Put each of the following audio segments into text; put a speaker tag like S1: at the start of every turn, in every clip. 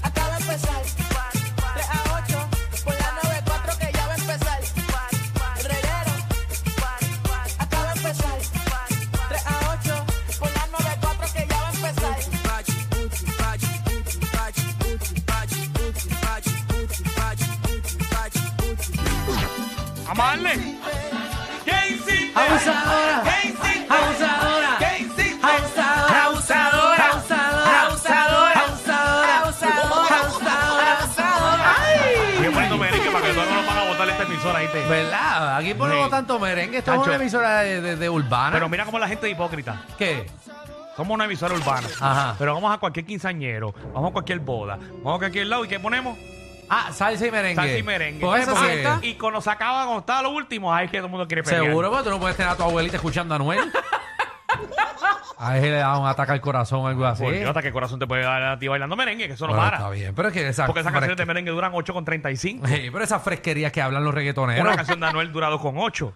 S1: acaba de empezar. 3 a 8 por la 94 que ya va a empezar. El reguero acaba de empezar. 3 a 8 por la 94 que ya va a empezar.
S2: Vamos a darle. Casey,
S3: Abusadora,
S2: Casey,
S3: abusadora,
S2: Casey,
S3: abusadora, abusadora, abusadora, abusadora, abusadora, abusadora, abusadora. Ay.
S2: Siempre hay merengue para que todos no van a votar esta emisora, ¿viste?
S3: ¿Verdad? Aquí
S2: Sí.
S3: ponemos tanto merengue. Esto es
S2: Tacho.
S3: una emisora de, de- de urbana.
S2: Pero mira cómo la gente es hipócrita.
S3: ¿Qué?
S2: Somos una emisora urbana.
S3: Ajá.
S2: Pero vamos a cualquier quinceañero, vamos a cualquier boda, vamos a cualquier lado. ¿Y qué ponemos?
S3: Ah, salsa y merengue.
S2: Salsa y merengue.
S3: Pues eso
S2: Porque-
S3: sí está.
S2: Y cuando se acaba, cuando estaba lo último, ahí es que todo el mundo quiere pelear.
S3: Seguro, porque tú no puedes tener a tu abuelita escuchando a Noel. A ver si le da un ataque al corazón o algo así.
S2: Por Dios, hasta qué corazón te puede dar a ti bailando merengue, que eso no
S3: Bueno,
S2: para.
S3: Está bien, pero es que esa
S2: Porque esas canciones de
S3: fresque-
S2: merengue duran 8 con 35.
S3: Sí, pero esas fresquerías que hablan los reggaetoneros.
S2: Una canción de Anuel dura 2 con 8.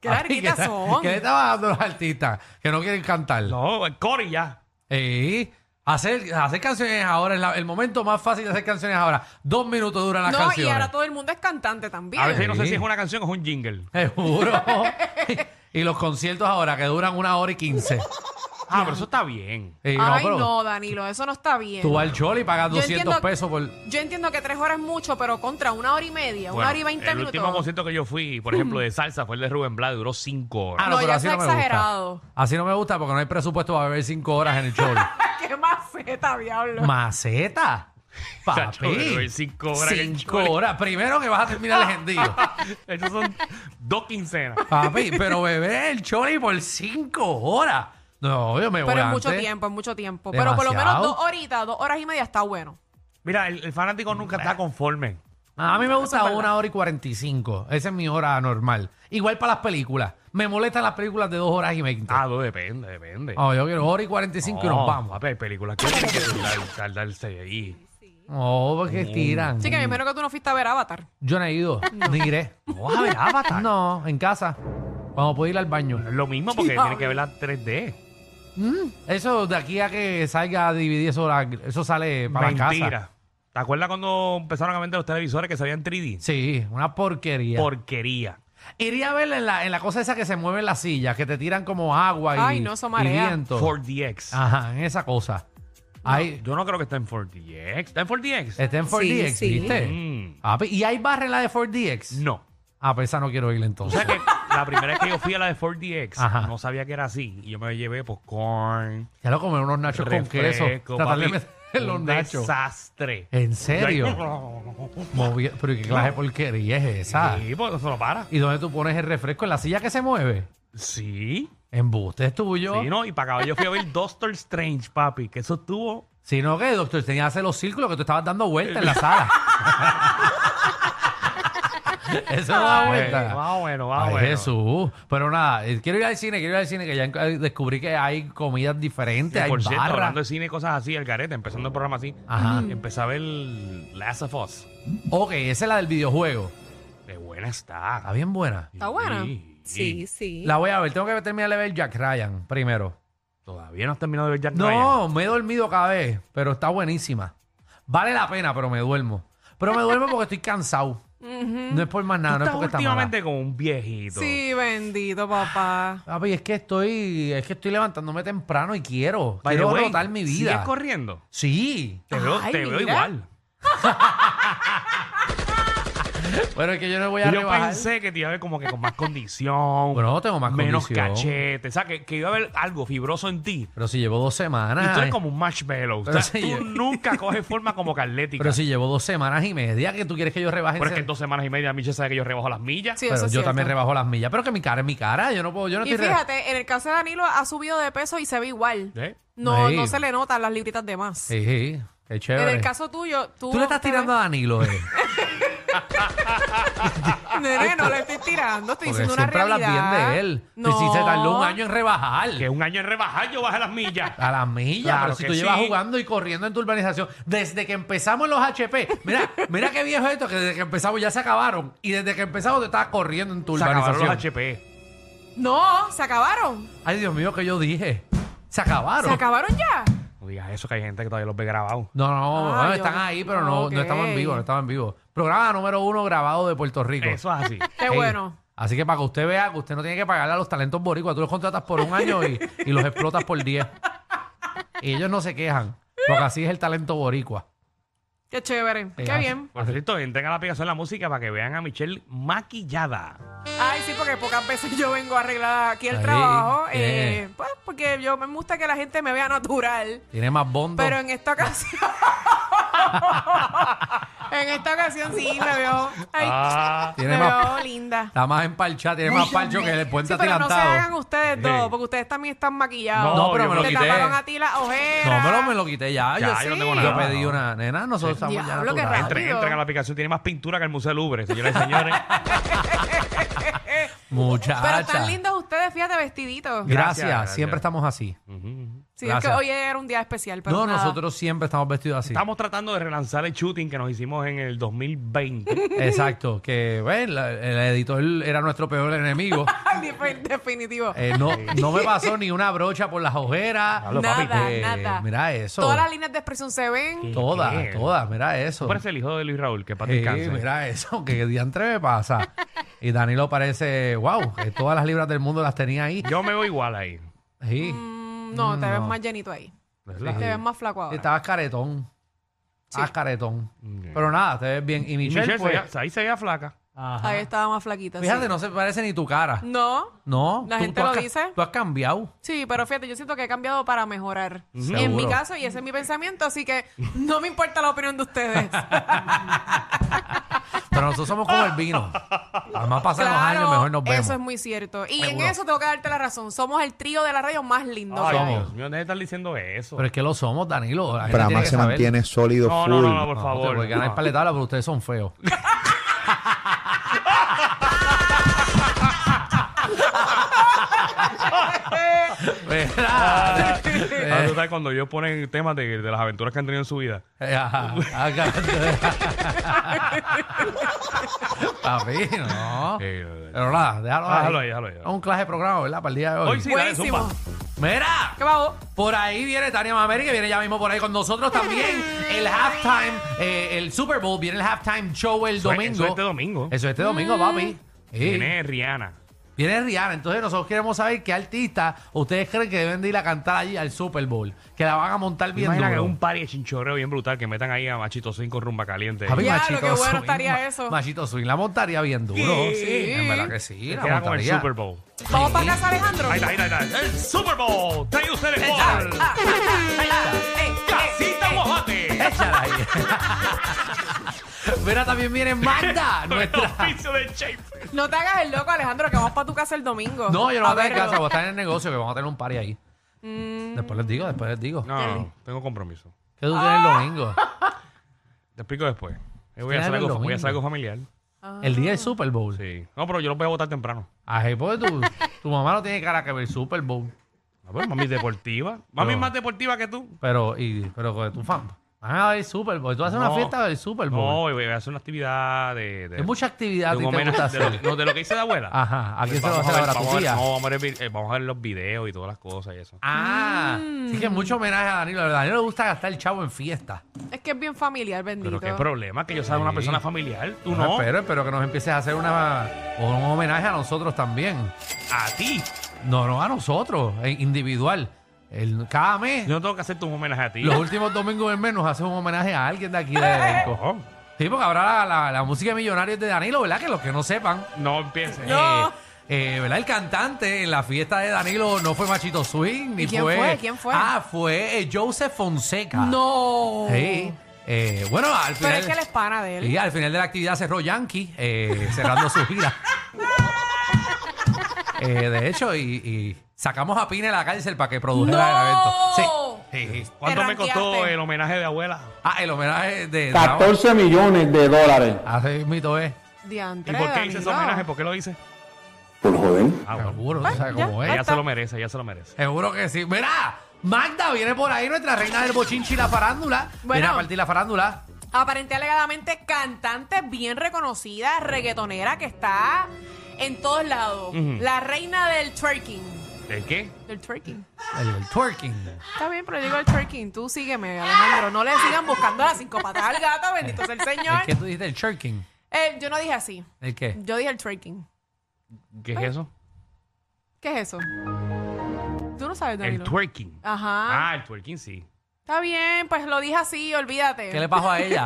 S4: Qué
S3: Ay,
S4: larguitas
S3: ¿qué-
S4: son.
S3: ¿Qué le estaba dando los artistas? Que no quieren cantar.
S2: No, el Cory ya.
S3: Sí. Hacer, hacer canciones ahora es la- el momento más fácil de hacer canciones ahora. Dos minutos duran las
S4: no, y
S3: canciones.
S4: ahora todo el mundo es cantante también.
S2: A veces yo no sé
S3: Sí.
S2: si es una canción o es un jingle.
S3: Seguro. y los conciertos ahora que duran una hora y quince.
S2: Ah, pero eso está bien.
S3: Sí,
S4: Ay,
S3: pero
S4: no, Danilo, eso no está bien.
S3: Tú vas al Choli y pagas
S4: Yo
S3: 200
S4: entiendo-
S3: pesos por...
S4: Yo entiendo que tres horas es mucho, pero contra una hora y media,
S2: Bueno,
S4: una hora y veinte
S2: el último
S4: minutos.
S2: concierto que yo fui, por ejemplo, de salsa fue el de Rubén Blades, duró cinco horas.
S3: Ah,
S4: No, ya está
S3: gusta.
S4: exagerado.
S3: Así no me gusta porque no hay presupuesto para beber cinco horas en el Choli.
S4: Qué maceta, diablo.
S3: Maceta.
S2: Chacho, pero
S3: Papi.
S2: beber cinco horas en el
S3: Cinco
S2: Choli.
S3: horas. Primero que vas a terminar el gentío.
S2: Esas son dos quincenas.
S3: Papi, pero beber el Choli por cinco horas. No, yo me voy
S4: pero es mucho
S3: antes.
S4: tiempo, es mucho tiempo. Pero por lo menos
S3: Demasiado.
S4: dos horitas, dos horas y media está bueno.
S2: Mira, el, el fanático nunca está conforme.
S3: A mí me gusta una hora y 45. Esa es mi hora normal. Igual para las películas. Me molestan las películas de dos horas y 20.
S2: Ah, no, depende, depende.
S3: No, yo quiero hora y 45 y nos vamos.
S2: A ver, películas que tienen que tardar- tardarse ahí.
S3: No, porque
S2: Mm.
S3: tiran.
S4: Así que me imagino que tú no fuiste a ver Avatar.
S3: Yo no he ido, ni iré.
S2: No vas a ver Avatar.
S3: No, en casa. Cuando puedo ir al baño.
S2: Es lo mismo porque
S4: Diablo.
S2: tiene que ver la 3D.
S3: Eso de aquí a que salga DVD, eso, la- eso sale para la casa.
S2: Mentira. ¿Te acuerdas cuando empezaron a vender los televisores que salían 3D?
S3: Sí, una porquería.
S2: Porquería.
S3: Iría a verla en la, en la cosa esa que se mueve en las sillas, que te tiran como agua y,
S4: Ay, no, eso
S3: y
S4: marea.
S3: viento.
S2: 4DX.
S3: Ajá, en esa cosa. Ahí,
S2: Yo no creo que esté en 4DX. ¿Está en 4DX?
S3: Está en 4DX,
S4: Sí, sí.
S3: ¿viste?
S2: Mm.
S3: Ah, pe- ¿Y hay barra en la de 4DX?
S2: No.
S3: Ah, pues esa no quiero ir
S2: O
S3: entonces.
S2: sea que la primera vez que yo fui a la de 4DX,
S3: Ajá.
S2: no sabía que era así. Y yo me llevé popcorn,
S3: Ya lo comer unos nachos con queso.
S2: refresco,
S3: Tratar de
S2: papi,
S3: meter los
S2: un
S3: nachos.
S2: desastre.
S3: ¿En
S2: Yo
S3: serio?
S2: ahí-
S3: Movi- Pero ¿qué clase de porquería es esa?
S2: Sí, pues eso no para.
S3: ¿Y dónde tú pones el refresco? ¿En la silla que se mueve?
S2: Sí.
S3: ¿Embuste es tuyo?
S2: Sí, no. Y para acabar yo fui a ver Doctor Strange, papi, que eso estuvo...
S3: Si no, que doctor, tenía que hacer los círculos que tú estabas dando vueltas en la sala. Eso no da vuelta.
S2: va Ah, bueno, va
S3: Ay,
S2: bueno.
S3: Jesús. Pero nada, eh, quiero ir al cine, quiero ir al cine, que ya en- descubrí que hay comidas
S2: Y
S3: diferentes, hay
S2: por cierto,
S3: barras.
S2: hablando de cine y cosas así, el garete, empezando el programa así,
S3: Ajá.
S2: empecé a ver Last of Us.
S3: Ok, esa es la del videojuego.
S2: De buena está.
S3: Está bien buena.
S4: ¿Está buena?
S2: Sí.
S4: sí.
S3: La voy a ver. Tengo que terminar de ver Jack Ryan primero.
S2: Todavía no has terminado de ver Jack Ryan.
S3: No, me he dormido cada vez, pero está buenísima. Vale la pena, pero me duermo. Pero me duermo porque estoy cansado. No es por más
S2: Tú
S3: nada, no es
S2: estás
S3: porque está mala.
S2: últimamente con un viejito.
S4: Sí, bendito papá.
S3: Papi, es que estoy, es que estoy levantándome temprano y quiero.
S2: By the
S3: quiero
S2: way,
S3: rotar mi vida.
S2: ¿Sigues corriendo?
S3: sí.
S2: Te veo,
S4: Ay,
S2: te veo
S4: mira.
S2: igual.
S3: Bueno, es que yo no voy a
S2: Yo
S3: rebajar.
S2: pensé que te iba a ver como que con más condición.
S3: Bueno, tengo más
S2: menos
S3: condición.
S2: cachete. O sea, que, que iba a haber algo fibroso en ti.
S3: Pero si llevo dos semanas.
S2: Y tú
S3: eh.
S2: eres como un marshmallow. O sea,
S3: Pero sí,
S2: tú
S3: yo-
S2: nunca coges forma como que atlética.
S3: Pero si llevo dos semanas y media, que tú quieres que yo rebaje.
S2: Pero es
S3: ese-
S2: que en dos semanas y media Michelle sabe que yo rebajo las millas.
S4: Sí,
S3: Pero
S4: eso
S3: yo
S4: es cierto.
S3: también rebajo las millas. Pero que mi cara es mi cara. Yo no puedo, yo no
S4: Y
S3: estoy re-
S4: fíjate, en el caso de Danilo ha subido de peso y se ve igual.
S2: ¿Eh?
S4: No,
S3: Sí.
S4: no se le notan las libritas de más.
S3: Sí, sí. Qué
S4: En
S3: chévere.
S4: el caso tuyo, tú.
S3: Tú le estás
S4: te
S3: tirando a Danilo, eh.
S4: ves- Nene, no le estoy tirando, estoy
S3: Porque
S4: diciendo una
S3: siempre hablas
S4: realidad.
S3: bien de él.
S4: No.
S3: Y si se tardó un año en rebajar.
S2: Que un año en rebajar yo bajé las millas.
S3: A las millas,
S2: Claro
S3: pero si
S2: que
S3: tú llevas
S2: sí.
S3: jugando y corriendo en tu urbanización, desde que empezamos los HP, mira, mira qué viejo es esto, que desde que empezamos ya se acabaron. Y desde que empezamos te estabas corriendo en tu
S2: Se acabaron los
S3: urbanización.
S2: HP.
S4: No, se acabaron.
S3: Ay, Dios mío, que yo dije. Se acabaron.
S4: Se acabaron ya.
S2: No digas eso, que hay gente que todavía los ve grabados.
S3: no, no,
S4: Ah,
S3: no,
S4: yo-
S3: están ahí, pero no, no estamos en
S4: ok.
S3: vivo, no estamos en vivo. Programa número uno grabado de Puerto Rico.
S2: Eso es así.
S4: Qué
S3: Ey,
S4: bueno.
S3: Así que para que usted vea que usted no tiene que pagarle a los talentos boricuas, tú los contratas por un año y, y los explotas por 10. Y ellos no se quejan, porque así es el talento boricua.
S4: Qué chévere.
S3: Eh,
S4: Qué
S3: así-
S4: bien.
S2: Por cierto, entren a la aplicación de la música para que vean a Michelle maquillada.
S4: Ay, sí, porque pocas veces yo vengo a arreglar aquí el
S3: Ahí,
S4: trabajo.
S3: bien.
S4: eh, pues porque yo me gusta que la gente me vea natural.
S3: Tiene más bondo.
S4: Pero en esta ocasión. en esta ocasión sí me veo. Ay,
S2: Ah,
S3: Tiene
S4: me
S3: más-
S4: veo linda.
S3: Está más empalchada, tiene más palcho que el puente
S4: Sí, pero no se hagan
S3: atilantado.
S4: ustedes dos,
S2: Sí.
S4: porque ustedes también están maquillados.
S2: No, No, pero yo me lo
S4: Te
S2: quité.
S4: taparon a ti la ojera.
S3: No, pero me lo quité ya.
S2: Ya,
S3: yo,
S2: yo no
S3: sí.
S2: tengo nada.
S3: Yo pedí una nena, nosotros
S4: Sí.
S3: estamos ya
S4: Diablo, qué
S3: naturales.
S4: raro.
S2: entren,
S4: rápido.
S2: entren a la aplicación. Tiene más pintura que el Museo del Louvre, señores y señores.
S3: Muchacha.
S4: Pero están lindos ustedes, fíjate, vestiditos.
S3: Gracias,
S2: Gracias, gracias.
S3: siempre estamos así.
S4: Sí, es que
S3: gracias.
S4: hoy era un día especial, pero
S3: no,
S4: nada.
S3: nosotros siempre estamos vestidos así.
S2: Estamos tratando de relanzar el shooting que nos hicimos en el 2020.
S3: Exacto, que bueno, la- el editor era nuestro peor enemigo.
S4: Defi- Definitivo.
S3: Eh, no, no me pasó ni una brocha por las ojeras. Eh,
S2: Hablo,
S4: nada,
S2: papi,
S4: nada.
S3: mira eso.
S4: Todas las líneas de expresión se ven.
S2: Sí.
S3: Todas,
S2: ¿Qué?
S3: todas, mira eso.
S2: Tú pareces el hijo de Luis Raúl, que para
S3: Sí, mira eso, que diantre me pasa. Y Danilo parece, wow, que todas las libras del mundo las tenía ahí.
S2: Yo me veo igual ahí.
S3: Sí,
S4: Mm, No, te ves más llenito ahí.
S2: ¿verdad?
S4: Te ves más flaco ahora.
S3: estabas caretón. Estabas caretón.
S2: Ok.
S3: Pero nada, te ves bien. Y
S2: Y
S3: Michelle,
S2: Michelle se
S3: pues,
S2: veía- ahí se veía flaca.
S3: ajá.
S4: Ahí estaba más flaquita. sí.
S3: Fíjate, no se parece ni tu cara.
S4: No.
S3: No.
S4: La gente
S3: has
S4: lo
S3: ca-
S4: dice.
S3: Tú has cambiado.
S4: Sí, pero fíjate, yo siento que he cambiado para mejorar.
S3: Mm, Seguro.
S4: En mi caso, y ese es mi pensamiento, así que no me importa la opinión de ustedes.
S3: Pero nosotros somos como el vino. Además pasan los
S4: claro,
S3: años, mejor nos vemos.
S4: eso es muy cierto. Y
S3: Seguro.
S4: en eso tengo que darte la razón. Somos el trío de la radio más lindo.
S2: Ay,
S4: que hay.
S3: somos.
S2: Dios mío, deja de estar diciendo eso.
S3: Pero es que lo somos, Danilo. La gente
S5: Brahma
S3: tiene que
S5: se
S3: saber.
S5: mantiene sólido,
S2: No,
S5: full.
S2: no, no, no, por
S3: No,
S2: favor. Ah.
S3: Porque ganar
S2: no.
S3: paletabla, pero ustedes son feos. Verá.
S2: Ah,
S3: Eh.
S2: tú sabes cuando ellos ponen temas de, de las aventuras que han tenido en su vida.
S3: Eh, Ajá. Acá- Papi, no.
S2: Eh, eh, eh.
S3: Pero nada, Ah, déjalo ahí.
S2: Déjalo ahí, déjalo ahí.
S3: Es un clase de programa, ¿verdad? Para el día de hoy.
S2: Hoy sí, dale,
S4: Buenísimo.
S2: zumba.
S3: ¡Mira!
S4: ¿Qué va vos?
S3: Por ahí viene Tania Mameri, que viene ya mismo por ahí con nosotros también. El halftime, eh, el Super Bowl, viene el halftime show el
S2: Eso es-
S3: domingo.
S2: eso es este domingo.
S3: Eso es este domingo, papi. Sí. Viene.
S2: Viene Rihanna.
S3: Rihanna. Entonces nosotros queremos saber qué artista ustedes creen que deben de ir a cantar allí al Super Bowl. Que la van a montar bien
S2: Imagina que
S3: duro.
S2: un party de chinchorreo bien brutal que metan ahí a Machito 5 rumba caliente.
S3: Papi,
S4: Ya, lo
S3: Machito
S4: que bueno
S3: Swing,
S4: estaría
S3: ma-
S4: eso.
S3: Machito Swing la montaría bien duro. Sí, en verdad que sí.
S2: Se
S3: La
S2: queda con el
S3: montaría.
S2: Super Bowl.
S4: ¿Vamos para casa, Alejandro?
S2: Ahí está, ahí está, ahí está. El Super Bowl. Trae ustedes
S4: Ah,
S2: por
S4: ah, ah, eh, eh,
S2: Casita
S4: eh.
S2: Mojate.
S3: Échala ahí. Mira, también viene Magda,
S2: Con el
S3: nuestra.
S2: oficio de Shape.
S4: No te hagas el loco, Alejandro, que vamos para tu casa el domingo.
S3: No, yo no voy a estar en
S4: verlo.
S3: casa, voy a estar en el negocio, que vamos a tener un party ahí. Después les digo, después les digo.
S2: Mm. No, Ah. no, no, tengo compromiso.
S3: ¿Qué tú tienes el domingo?
S2: Te explico después. Yo voy, a
S3: Claro,
S2: hacer
S3: lo
S2: algo, voy a
S3: mismo.
S2: hacer algo familiar.
S3: El día del Super Bowl.
S2: Ah. Sí. No, pero yo lo voy a votar temprano.
S3: Ay, porque tu, tu mamá no tiene cara que ver el Super Bowl.
S2: No, pero mami es deportiva. Mami
S3: No.
S2: es más deportiva que tú.
S3: Pero, y, pero con tu fan. Van a ver Super Bowl. Tú haces una
S2: No.
S3: fiesta del Super Bowl.
S2: No, y voy a hacer una actividad de. de
S3: es mucha actividad
S2: de
S3: a ti
S2: un
S3: te
S2: homenaje-
S3: gusta
S2: de lo-
S3: hacer. Ah,
S2: no, de lo que hice de abuela.
S3: Ajá, ¿a quién se lo
S2: Vamos
S3: vas a
S2: ver,
S3: celebrar a
S2: vamos
S3: tu
S2: a ver-
S3: tía?
S2: no, vamos a ver el vi- eh, vamos a ver los videos y todas las cosas y eso.
S3: Ah, sí que mucho homenaje a Danilo. A Danilo le gusta gastar el chavo en fiesta.
S4: Es que es bien familiar, bendito.
S2: Pero qué problema que yo sea una
S3: Sí.
S2: persona familiar, tú
S3: Bueno,
S2: no.
S3: Espero, espero que nos empieces a hacer una, un homenaje a nosotros también.
S2: A ti.
S3: No, no a nosotros, en individual. El, cada mes,
S2: Yo no tengo que hacerte un homenaje a ti.
S3: los últimos domingos del mes, nos haces un homenaje a alguien de aquí de elenco.
S2: No,
S3: Sí, porque ahora la, la- la música millonaria es de Danilo, ¿verdad? Que los que no sepan,
S2: no empieces.
S4: No.
S3: eh, eh, ¿verdad? El cantante en la fiesta de Danilo no fue Machito Swing, ni
S4: ¿Y quién fue? ¿Quién fue?
S3: Ah, fue eh, Joseph Fonseca.
S4: No.
S3: Sí. Eh, bueno, al
S4: Pero
S3: final.
S4: es que él es pana de él.
S3: Y al final de la actividad cerró Yankee, eh, cerrando su gira. Eh, de hecho, y, y sacamos a Pina de la cárcel para que produjera el evento. Sí.
S2: Sí, sí. ¿Cuánto me costó
S4: ranqueaste.
S2: el homenaje de abuela?
S3: Ah, el homenaje de...
S5: 14 millones de dólares.
S3: Hace mito es.
S4: Diantre,
S2: ¿Y por qué hice ese
S4: Danilo.
S2: homenaje? ¿Por qué lo hice?
S5: Por joder.
S2: Ah, bueno.
S3: Seguro,
S4: Pues,
S3: tú sabes cómo
S4: Ah,
S3: es.
S2: Ella se lo merece, ella se lo merece.
S3: Seguro que sí. Mira, Magda viene por ahí, nuestra reina del bochinchi y la farándula.
S4: Bueno.
S3: Viene a partir la farándula.
S4: Aparente alegadamente cantante bien reconocida, reggaetonera que está en todos lados.
S2: Ujú.
S4: La reina del twerking.
S2: ¿El qué?
S4: Del twerking.
S3: El, el twerking.
S4: Está bien, pero yo digo el twerking. Tú sígueme, Alejandro. No le sigan buscando las cinco patas al gato, bendito sea el
S3: ¿El
S4: Señor.
S3: qué tú dijiste? El twerking.
S4: Eh, yo no dije así.
S3: ¿El qué?
S4: Yo dije el twerking.
S2: ¿Qué
S3: Pues,
S2: es eso?
S4: ¿Qué es eso? Tú no sabes,
S2: El
S4: Danilo.
S2: twerking.
S4: Ajá.
S2: Ah, el twerking sí.
S4: Está bien, pues lo dije así, olvídate.
S3: ¿Qué le pasó a ella?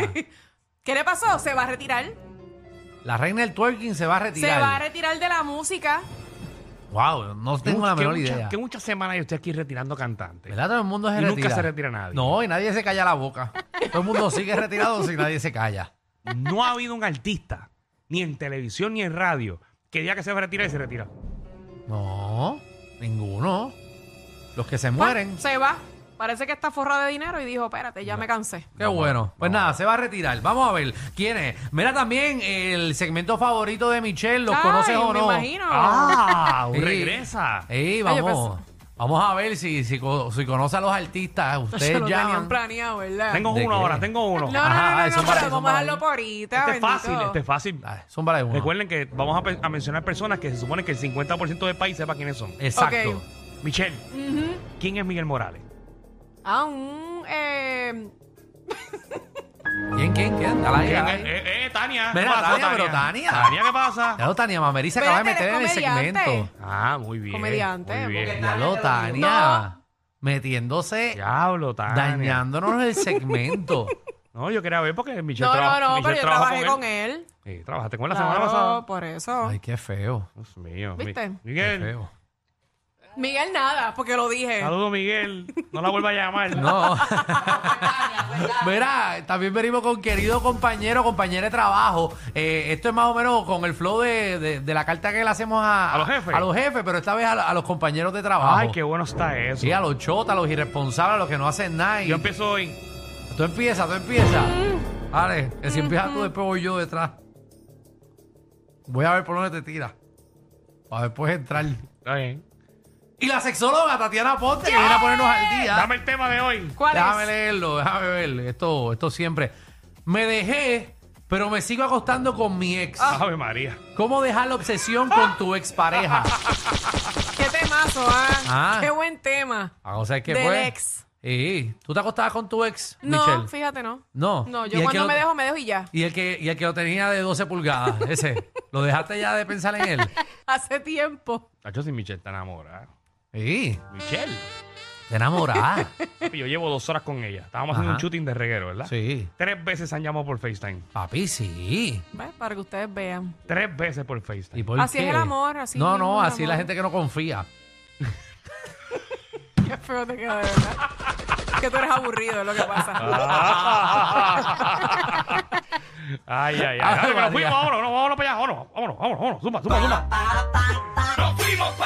S4: ¿Qué le pasó? Se va a retirar.
S3: La reina del twerking se va a
S4: Se
S3: retirar.
S4: va a retirar de la música.
S3: Wow, no tengo
S2: Uf,
S3: la
S2: que
S3: menor
S2: muchas-
S3: idea.
S2: Que muchas semanas yo estoy aquí retirando cantantes.
S3: ¿Verdad? Todo el mundo se
S2: Y nunca
S3: retira.
S2: se retira nadie.
S3: No, y nadie se calla la boca. Todo el mundo sigue retirado si nadie se calla.
S2: No ha habido un artista, ni en televisión ni en radio, que diga que se va a retirar y se retira.
S3: No, ninguno. Los que se
S4: Pa,
S3: mueren.
S4: Se va. Parece que está forrada de dinero y dijo, espérate, ya me cansé.
S3: Qué bueno. Pues nada, se va a retirar. Vamos a ver quién es. Mira también el segmento favorito de Michelle, ¿los
S4: Ay,
S3: conoces o
S4: me
S3: no?
S4: imagino.
S2: ¡Ah!
S3: Sí.
S2: ¡Regresa!
S3: Sí,
S4: Oye,
S3: vamos. Vamos a ver si, si, co- si conoce a los artistas.
S4: Se
S3: Ustedes
S4: lo tenían
S3: llaman.
S4: planeado, ¿verdad?
S2: Tengo
S3: ¿De
S2: uno
S3: qué?
S2: ahora, tengo uno.
S4: No, no,
S3: Ajá,
S4: no, no,
S3: eso
S4: no,
S3: para-
S4: pero
S3: eso
S4: vamos a
S3: para-
S4: dejarlo por ahorita.
S2: Este es
S4: bendito. Ah,
S2: fácil, este es fácil.
S3: Dale, son para Ah, uno.
S2: Recuerden que vamos a, pe- a mencionar personas que se supone que el 50% del país sepa quiénes son.
S3: Exacto.
S4: Ok.
S2: Michelle, ¿quién es Miguel Morales?
S4: Ah, un... Eh,
S3: ¿Quién, quién, quién? Dale ahí,
S2: ¿Quién
S3: dale
S2: es?
S3: ahí.
S2: Eh, eh, Tania. ¿Qué
S3: Mira,
S2: pasó,
S3: Tania, pero Tania.
S2: Tania, ¿qué pasa?
S3: Ya lo Tania Mameri se acaba de
S4: Espérate,
S3: meter en el
S4: eres comediante.
S3: segmento.
S2: Ah, muy bien.
S4: Comediante,
S2: muy bien.
S4: porque-
S3: Ya lo Tania. Metiéndose,
S2: Diablo, Tania.
S3: dañándonos el segmento.
S2: No, yo quería ver porque Michelle
S4: no, no,
S2: traba-
S4: no, pero
S2: Michelle
S4: yo
S2: trabajó
S4: trabajé con él.
S2: Sí, trabajaste con él la
S4: Claro,
S2: semana pasada.
S4: por eso.
S3: Ay, qué feo.
S2: Dios mío.
S4: ¿Viste?
S2: Mi-
S3: Qué
S2: Miguel.
S3: feo.
S4: Miguel nada, porque lo dije.
S2: Saludos, Miguel. No la vuelva a llamar.
S3: No. Mira, también venimos con querido compañero, compañera de trabajo. Eh, esto es más o menos con el flow de, de- de la carta que le hacemos a,
S2: A los jefes.
S3: A los jefes, pero esta vez a, la- a los compañeros de trabajo.
S2: Ay, qué bueno está eso.
S3: Sí, a los chotas, a los irresponsables, a los que no hacen nada. y-
S2: Yo Mm. empiezo hoy.
S3: Tú empiezas, tú empiezas. Vale, que si empiezas
S2: Mm.
S3: tú, después voy yo detrás. Voy a ver por dónde te tiras. Para después entrar.
S2: Está bien.
S3: Y la sexóloga Tatiana Ponte, que viene a ponernos al día.
S2: Dame el tema de hoy.
S4: ¿Cuál
S3: déjame
S4: es?
S3: leerlo, déjame ver. Esto, esto siempre. Me dejé, pero me sigo acostando con mi ex.
S4: Ah.
S2: Ave María.
S3: ¿Cómo dejar la obsesión con tu expareja?
S4: Qué temazo, ah.
S3: Ah.
S4: Qué buen tema.
S3: Ah, o sea, es que
S4: Del
S3: pues,
S4: ex.
S3: Sí. ¿Tú te acostabas con tu ex,
S4: No,
S3: Michelle?
S4: fíjate, no.
S3: No.
S4: No,
S3: ¿Y
S4: yo
S3: el que
S4: cuando
S3: no
S4: me
S3: te-
S4: dejo, me dejo y ya.
S3: Y el que, y el que lo tenía de 12 pulgadas, ese. ¿Lo dejaste ya de pensar en él?
S4: Hace tiempo.
S2: Tacho, si Michelle está enamorada.
S3: Sí,
S2: Michelle.
S3: te enamorada.
S2: Papi, yo llevo dos horas con ella. Estábamos haciendo
S3: Ajá.
S2: un shooting de reguero, ¿verdad?
S3: Sí.
S2: Tres veces se han llamado por FaceTime.
S3: Papi, sí.
S4: ¿Ves? Para que ustedes vean.
S2: Tres veces por FaceTime.
S3: ¿Y por
S4: Así es
S3: qué?
S4: el amor, así
S3: No,
S4: mismo
S3: no,
S4: es el
S3: así la
S4: amor.
S3: gente que no confía.
S4: Qué feo te queda, de verdad. Es que tú eres aburrido, es lo que pasa.
S2: Ah. ay, ay, ay.
S3: Ay,
S2: Ay, nos
S3: María.
S2: fuimos, vámonos, vámonos, vámonos para allá. Vámonos, vámonos, vámonos. Zumba, zumba, zumba.